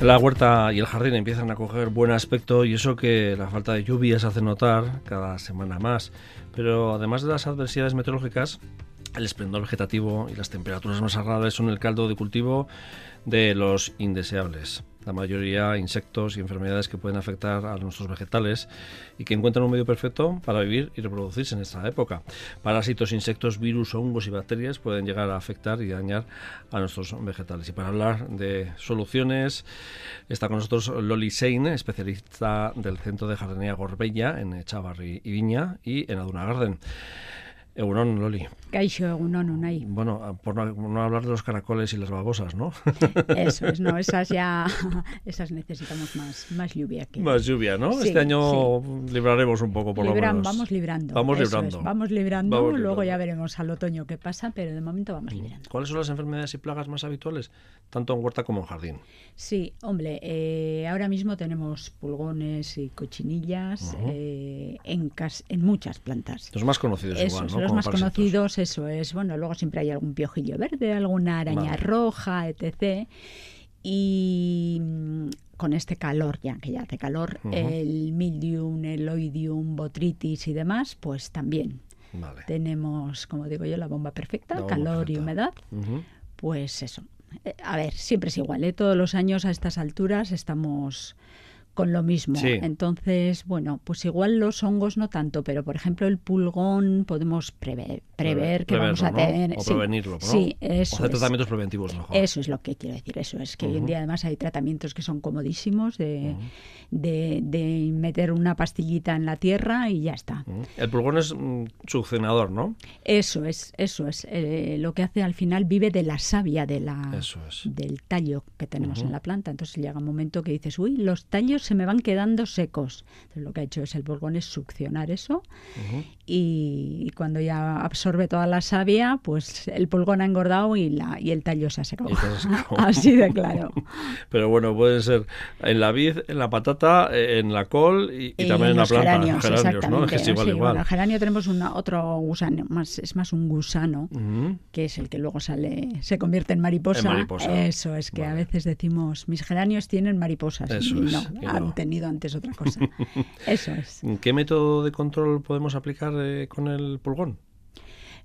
La huerta y el jardín empiezan a coger buen aspecto y eso que la falta de lluvias hace notar cada semana más. Pero además de las adversidades meteorológicas, el esplendor vegetativo y las temperaturas más agradables son el caldo de cultivo de los indeseables. La mayoría insectos y enfermedades que pueden afectar a nuestros vegetales y que encuentran un medio perfecto para vivir y reproducirse en esta época. Parásitos, insectos, virus, hongos y bacterias pueden llegar a afectar y dañar a nuestros vegetales. Y para hablar de soluciones, está con nosotros Loli Sein, especialista del Centro de Jardinería Gorbella en Chavarri y Viña y en Aduna Garden. Egunon, Loli. Caixo, Egunon, Unai. Bueno, por no, no, hablar de los caracoles y las babosas, ¿no? Eso es, no, esas ya, esas necesitamos más, más lluvia. Que... Más lluvia, ¿no? Sí, este año sí. libraremos un poco, por Libran, lo menos. Vamos librando. Vamos librando. Es, vamos librando. vamos librando, luego ya veremos al otoño qué pasa, pero de momento vamos librando. ¿Cuáles son las enfermedades y plagas más habituales, tanto en huerta como en jardín? Sí, hombre, eh, ahora mismo tenemos pulgones y cochinillas uh -huh. eh, en, cas en muchas plantas. Los más conocidos Eso igual, es, ¿no? los más parásitos. conocidos, eso es. Bueno, luego siempre hay algún piojillo verde, alguna araña vale. roja, etc. Y con este calor ya, que ya hace calor, uh -huh. el mildium, el oidium, botritis y demás, pues también. Vale. Tenemos, como digo yo, la bomba perfecta, la bomba calor perfecta. y humedad. Uh -huh. Pues eso. A ver, siempre es igual, ¿eh? todos los años a estas alturas estamos con lo mismo. Sí. Entonces, bueno, pues igual los hongos no tanto, pero por ejemplo el pulgón podemos prever, prever, prever que vamos a tener. ¿no? O prevenirlo, sí, ¿no? sí eso. O hacer tratamientos preventivos mejor. Eso es lo que quiero decir, eso es que uh -huh. hoy en día además hay tratamientos que son comodísimos de, uh -huh. de, de, meter una pastillita en la tierra y ya está. Uh -huh. El pulgón es mm, succionador, ¿no? Eso es, eso es. Eh, lo que hace al final vive de la savia de la, eso es. del tallo que tenemos en la planta. Entonces llega un momento que dices, uy, los tallos se me van quedando secos. Entonces, lo que ha hecho es el burgón es succionar eso uh -huh. y, y, cuando ya absorbe toda la savia, pues el pulgón ha engordado y, la, y el tallo se ha secado. Así de claro. Pero bueno, pueden ser en la vid, en la patata, eh, en la col y, y también en, la Eh, los planta. Geranios, geranios exactamente, ¿no? Es igual, sí, igual. Bueno, geranio tenemos una, otro gusano, más, es más un gusano, uh -huh. que es el que luego sale, se convierte en mariposa. En mariposa. Eso es que vale. a veces decimos, mis geranios tienen mariposas. Eso y es. no, han tenido antes otra cosa. Eso es. ¿Qué método de control podemos aplicar eh, con el pulgón?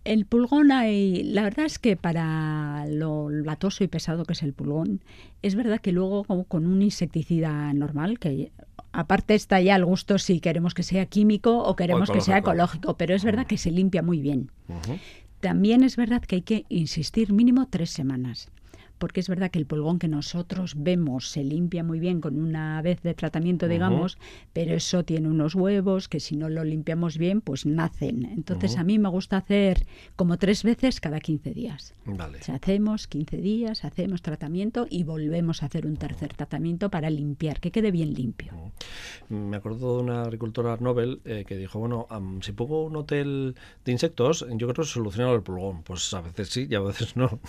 El pulgón hay, la verdad es que para lo latoso y pesado que es el pulgón, es verdad que luego como con un insecticida normal, que aparte está ya al gusto si queremos que sea químico o queremos o que sea ecológico, pero es verdad que se limpia muy bien. Uh -huh. También es verdad que hay que insistir mínimo tres semanas porque es verdad que el pulgón que nosotros vemos se limpia muy bien con una vez de tratamiento, digamos, uh -huh. pero eso tiene unos huevos que si no lo limpiamos bien, pues nacen. Entonces uh -huh. a mí me gusta hacer como tres veces cada 15 días. Vale. O sea, hacemos 15 días, hacemos tratamiento y volvemos a hacer un tercer uh -huh. tratamiento para limpiar, que quede bien limpio. Me acuerdo de una agricultora Nobel eh, que dijo, bueno, um, si pongo un hotel de insectos, yo creo que solucionado el pulgón. Pues a veces sí y a veces no.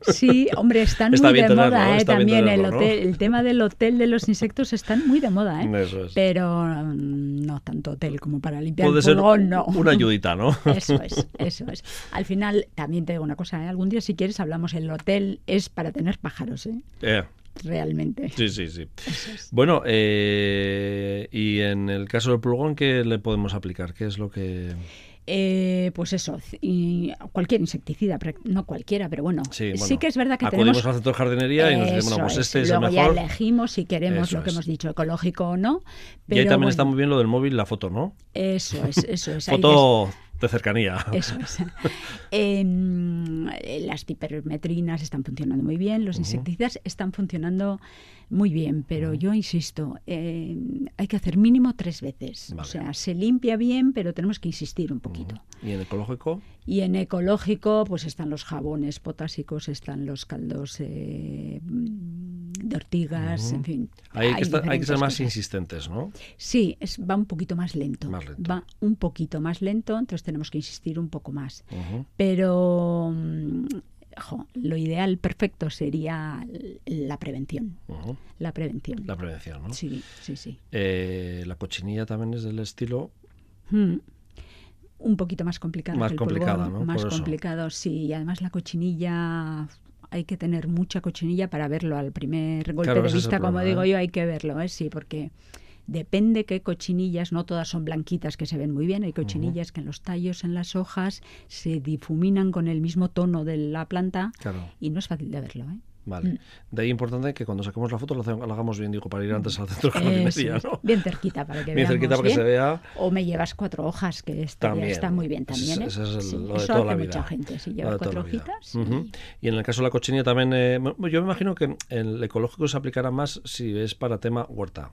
Sí, hombre, están está muy de tenerlo, moda eh, también tenerlo, el hotel, ¿no? el tema del hotel de los insectos están muy de moda eh eso es. pero um, no tanto hotel como para limpiar Puede el pulgón ser no una ayudita no eso es eso es al final también te digo una cosa ¿eh? algún día si quieres hablamos el hotel es para tener pájaros eh, eh realmente. Sí, sí, sí. Es. Bueno, eh, y en el caso del pulgón, ¿qué le podemos aplicar? ¿Qué es lo que...? Eh, pues eso, y cualquier insecticida, no cualquiera, pero bueno, sí, bueno, sí que es verdad que acudimos tenemos... al centro de jardinería y nos decimos, bueno, pues este es, el Luego mejor. ya elegimos si queremos eso lo que es. hemos dicho, ecológico o no. Pero y ahí también bueno. está muy bien lo del móvil, la foto, ¿no? Eso es, eso es. foto de cercanía. Eso es. Eh, las pipermetrinas están funcionando muy bien, los uh -huh. insecticidas están funcionando muy bien, pero uh -huh. yo insisto, eh, hay que hacer mínimo tres veces. Vale. O sea, se limpia bien, pero tenemos que insistir un poquito. Uh -huh. ¿Y en ecológico? Y en ecológico, pues están los jabones potásicos, están los caldos eh, de ortigas, en fin. Hay, que, estar, hay que ser más cosas. insistentes, ¿no? Sí, es, va un poquito más lento. Más lento. Va un poquito más lento, entonces tenemos que insistir un poco más. Uh -huh. Pero mm, jo, lo ideal perfecto sería la prevención. Uh -huh. La prevención. La prevención, ¿no? Sí, sí, sí. Eh, la cochinilla también es del estilo. Mm. Un poquito más complicada. Más que el complicada, polvo, ¿no? Más Por eso. complicado, sí. Y además la cochinilla hay que tener mucha cochinilla para verlo al primer golpe Claro, de ese es el vista, como problema, digo ¿eh? yo, hay que verlo, ¿eh? sí, porque depende qué cochinillas, no todas son blanquitas que se ven muy bien, hay cochinillas que en los tallos, en las hojas, se difuminan con el mismo tono de la planta Claro. y no es fácil de verlo. ¿eh? Vale. De ahí importante que cuando saquemos la foto lo, hace- lo hagamos bien, digo, para ir antes al centro de Eso jardinería, es. ¿no? Bien cerquita para que Bien veamos cerquita para que se vea. O me llevas cuatro hojas, que esta ya También. está muy bien Ese- también. ¿eh? ese es el- Sí, lo de eso toda hace la vida. mucha gente. Si Lo llevas de eh, toda cuatro la vida. hojitas. Ujú. y- Y en el caso de la cochinilla también, eh, mo- yo me imagino que el ecológico se aplicará más si es para tema huerta.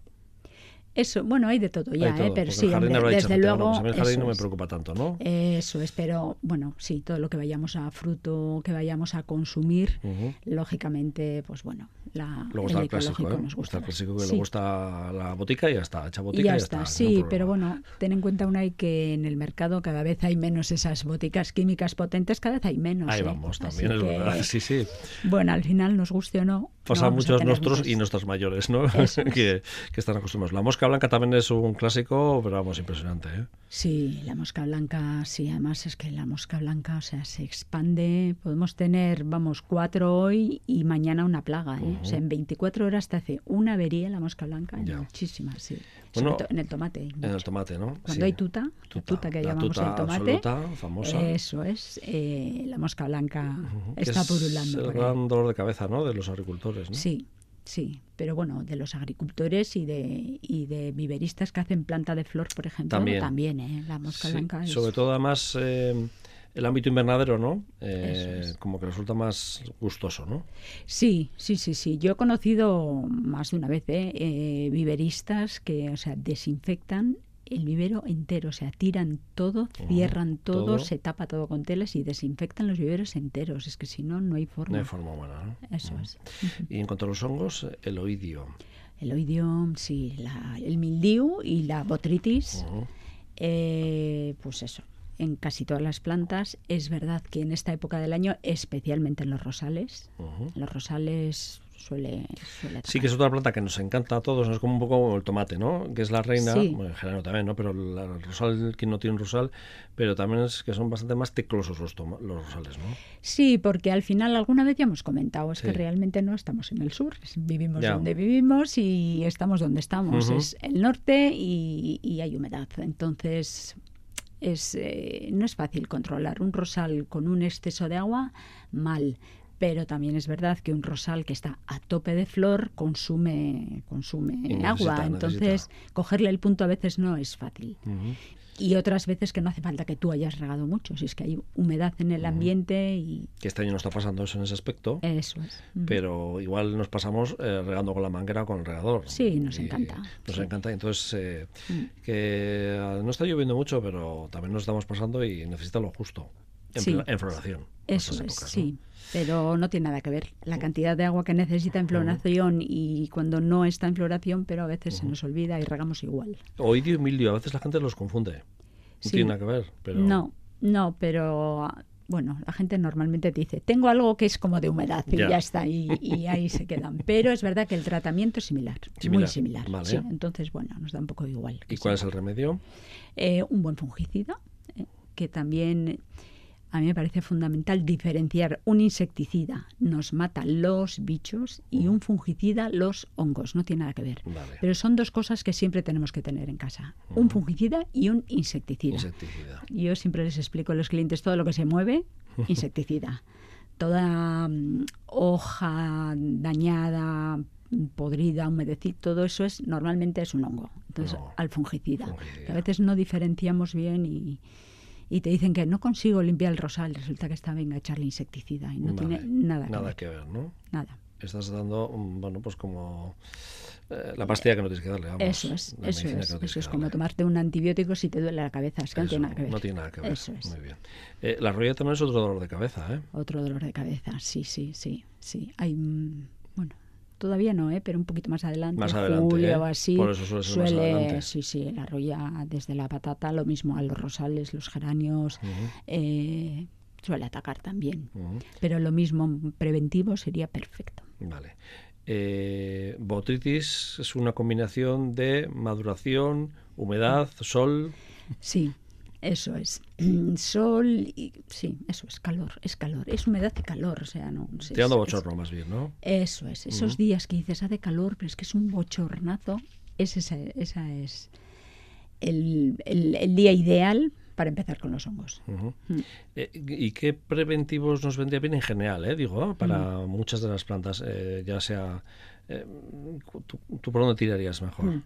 Eso, bueno, hay de todo ya, Hay todo, ¿eh? porque pero sí, el jardín hombre, habrá dicho desde gente, luego. bueno, pues a mí el jardín eso no me es. Eh, preocupa tanto, ¿no? Eso es, pero bueno, sí, todo lo que vayamos a fruto, que vayamos a consumir, Ujú. lógicamente, pues bueno, la, Luego el está el ecológico clásico, ¿eh? nos Está gusta. el más. clásico que Sí. le gusta la botica y ya está, hecha botica y Y ya está, no hay sí, problema. pero bueno, ten en cuenta una y que en el mercado cada vez hay menos esas boticas químicas potentes, cada vez hay menos. Ahí ¿eh? vamos, Así también es que, verdad, sí, sí. Bueno, al final nos guste o no. Pasa a no vamos a muchos tener nuestros y muchas. nuestras mayores, ¿no? Eso es. que, que están acostumbrados. La mosca blanca también es un clásico, pero vamos, impresionante, ¿eh? Sí, la mosca blanca, sí, además es que la mosca blanca, o sea, se expande. Podemos tener, vamos, cuatro hoy y mañana una plaga, ¿eh? O sea, en 24 horas te hace una avería la mosca blanca, Ya. muchísimas, sí. Sobre Bueno, todo en el tomate. hay En mucho. el tomate, ¿no? Cuando Sí. hay tuta, la tuta que la llamamos tuta el tomate. absoluta, famosa. Eso es, eh, la mosca blanca Ujú, que está es purulando. el por ahí. gran dolor de cabeza, ¿no? De los agricultores, ¿no? Sí, sí, pero bueno, de los agricultores y de, y de viveristas que hacen planta de flor, por ejemplo, También. ¿eh? la mosca Sí, blanca. es- Sobre todo, además, eh, el ámbito invernadero, ¿no? Eh, Eso es. Como que resulta más gustoso, ¿no? Sí, sí, sí, sí. Yo he conocido más de una vez ¿eh? Eh, viveristas que, o sea, desinfectan el vivero entero, o sea, tiran todo, Ujú, cierran todo, todo. se tapa todo con telas y desinfectan los viveros enteros. Es que si no, no hay No forma. hay forma humana, ¿no? Mm. Eso es. Y en cuanto a los hongos, el oidio. El oidium, sí, la- el mildiu y la botritis. Ujú. Eh, pues eso, en casi todas las plantas. Es verdad que en esta época del año, especialmente en los rosales, Ujú. en los rosales suele, Sí, suele atacar. que es otra planta que nos encanta a todos, es como un poco el tomate, ¿no? Que es la reina, Sí. bueno, en general también, ¿no? Pero la- el rosal, quien no tiene un rosal, pero también es que son bastante más teclosos los, toma- los rosales, ¿no? Sí, porque al final alguna vez ya hemos comentado, es que Sí. realmente no estamos en el sur, es- vivimos Ya. donde vivimos y estamos donde estamos, Ujú. es el norte y, y hay humedad. Entonces, es, eh, no es fácil controlar un rosal con un exceso de agua, mal. Pero también es verdad que un rosal que está a tope de flor consume, consume Y necesita, agua. Entonces, cogerle el punto a veces no es fácil. Ujú. Y otras veces que no hace falta que tú hayas regado mucho, si es que hay humedad en el ambiente y Que este año no está pasando eso en ese aspecto, eso es. Mm. pero igual nos pasamos eh, regando con la manguera o con el regador. Sí, nos Y encanta. Nos Sí. Mm. encanta, entonces, eh, que ah, no está lloviendo mucho, pero también nos estamos pasando y necesita lo justo en, Sí. pl- en floración. en Eso es, estas épocas, ¿no? sí. Pero no tiene nada que ver. La cantidad de agua que necesita en floración y cuando no está en floración, pero a veces se nos olvida y regamos igual. Oidio y mildio, a veces la gente los confunde. No Sí. tiene nada que ver, pero... No, no, pero ah, bueno, la gente normalmente te dice, tengo algo que es como de humedad y Ya. ya, está, y, y ahí se quedan. Pero es verdad que el tratamiento es similar, muy Similar, similar. vale. sí. entonces, bueno, nos da un poco igual. ¿Y cuál es el remedio? Eh, un buen fungicida, eh, que también eh, a mí me parece fundamental diferenciar un insecticida, nos mata los bichos, y un fungicida, los hongos, no tiene nada que ver. Vale. Pero son dos cosas que siempre tenemos que tener en casa, un fungicida y un insecticida. Insecticida. Yo siempre les explico a los clientes todo lo que se mueve, insecticida. Toda mm, hoja dañada, mm, podrida, humedecida, todo eso es normalmente es un hongo. Entonces, No. al fungicida. Oh, Fungicida. Que a veces no diferenciamos bien y, y te dicen que no consigo limpiar el rosal. Resulta que está venga a echarle insecticida y no Vale. tiene nada que ver. que ver, ¿no? Nada. Estás dando, mm, bueno, pues como eh, la pastilla que no tienes que darle, vamos. Eso es, la eso medicina es. que no tienes eso es que como darle. tomarte un antibiótico si te duele la cabeza. Es que no Eso, tiene nada que ver. No tiene nada que ver. Eso es. Muy bien. Eh, la roya también es otro dolor de cabeza, ¿eh? Otro dolor de cabeza, sí, sí, sí, sí. Hay, mm, bueno, todavía no, ¿eh? pero un poquito más adelante, Más adelante, julio ¿eh? o así, Por eso suele ser más adelante. sí, sí, la roya desde la patata, lo mismo a los rosales, los geranios, Mm. eh, suele atacar también. Ujú. Pero lo mismo preventivo sería perfecto. Vale. Eh, botritis es una combinación de maduración, humedad, sol. Sí, Eso es. Sol y sí, eso es calor, es calor, es humedad y calor, o sea, no. sí, Tirando es- bochorno más bien, ¿no? es- Eso es. Esos Ujú. días que dices hace calor, pero es que es un bochornazo. Es esa, esa es el, el- el día ideal para empezar con los hongos. Ujú. Mm. Eh, ¿Y qué preventivos nos vendría bien en general, eh, digo, ah, para muchas de las plantas? eh, ya sea, eh, ¿tú, tú por dónde tirarías mejor? Mm.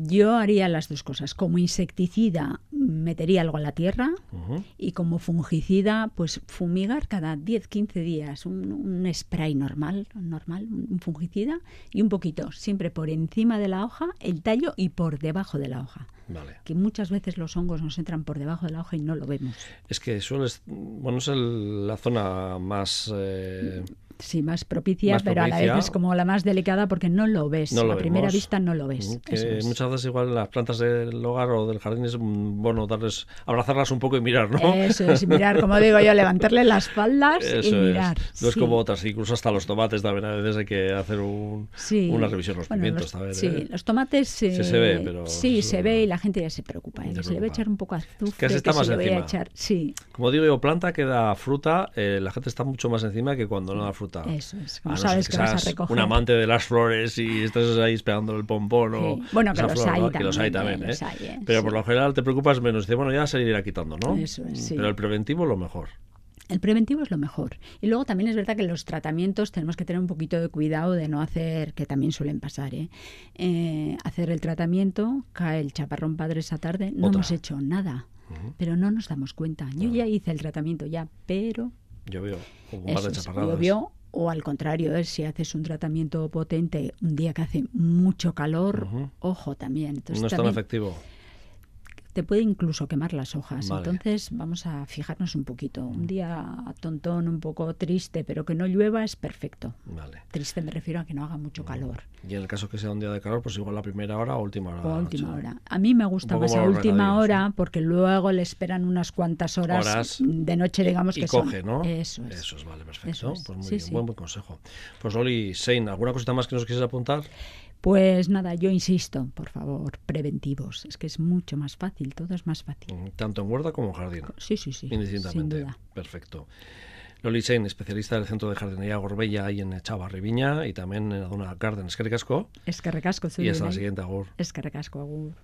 Yo haría las dos cosas. Como insecticida metería algo a la tierra Ujú. y como fungicida, pues fumigar cada 10-15 días un, un spray normal, normal, un fungicida y un poquito, siempre por encima de la hoja, el tallo y por debajo de la hoja. Vale. Que muchas veces los hongos nos entran por debajo de la hoja y no lo vemos. Es que sueles, bueno, es el- la zona más... eh, Sí, más propicia, Más pero a la propicia. vez es como la más delicada porque no lo ves. No lo a primera vemos. vista no lo ves. mm, que Pues Eso es. muchas veces igual las plantas del hogar o del jardín es mm, bueno darles, abrazarlas un poco y mirar, ¿no? Eso es, mirar, como digo yo, levantarle las faldas Eh, y Eso mirar. es. No es sí. como otras, incluso hasta los tomates también a veces hay que hacer un, Sí. una revisión de los Bueno, pimientos también. Sí, ¿eh? los tomates. Sí eh, se ve, pero Sí, eso se no- ve y la gente ya se preocupa. ¿eh? Ya Que se le va a preocupa. echar un poco de azufre. así está se más le voy a encima. echar. Sí, Como digo yo, planta que da fruta, eh, la gente está mucho más encima que cuando no da fruta. eso es. Como A Ah. no ser sabes que vas a seas recoger. Un amante de las flores y estás ahí esperando el pompón o Sí. Bueno, que esa los flor, hay ¿no? Que los hay también, también, eh, ¿eh? los hay, eh, Pero sí. por lo general te preocupas menos. Dices, bueno, ya se irá quitando, ¿no? Mm, Eso es, sí. Pero el preventivo lo mejor. El preventivo es lo mejor. Y luego también es verdad que los tratamientos tenemos que tener un poquito de cuidado de no hacer, que también suelen pasar, ¿eh? Eh, hacer el tratamiento, cae el chaparrón padre esa tarde, no Otra. hemos hecho nada, pero no nos damos cuenta. Yo ya hice el tratamiento ya, pero Yo veo como un par eso de es, chaparradas. llovió, o al contrario, ¿eh? si haces un tratamiento potente un día que hace mucho calor, Ujú. ojo también. Entonces, no es tan también efectivo. te puede incluso quemar las hojas. Vale. Entonces vamos a fijarnos un poquito. Un día tontón, un poco triste, pero que no llueva es perfecto. Vale. Triste me refiero a que no haga mucho calor. Y en el caso que sea un día de calor, pues igual la primera hora o última hora. de O a la última noche. hora. A mí me gusta Ah, Un poco más a como los última regadíos, hora porque luego le esperan unas cuantas horas, Horas. de noche, digamos Y Pues que coge, son. ¿no? Eso es. Eso es, vale, perfecto. Eso es. Pues muy Sí, bien, sí. buen, buen consejo. Pues Loli, Sein, ¿alguna cosita más que nos quieres apuntar? Pues nada, yo insisto, por favor, preventivos. Es que es mucho más fácil, todo es más fácil. Mm, Tanto en huerta como en jardín. Sí, sí, sí. Sin Oh. Indistintamente. duda. Perfecto. Loli Sein, especialista del Centro de Jardinería Gorbella ahí en Chavarribiña y también en la zona Gardens Casco. Es que recasco, Y hasta la siguiente, Agur. Es que recasco, agur.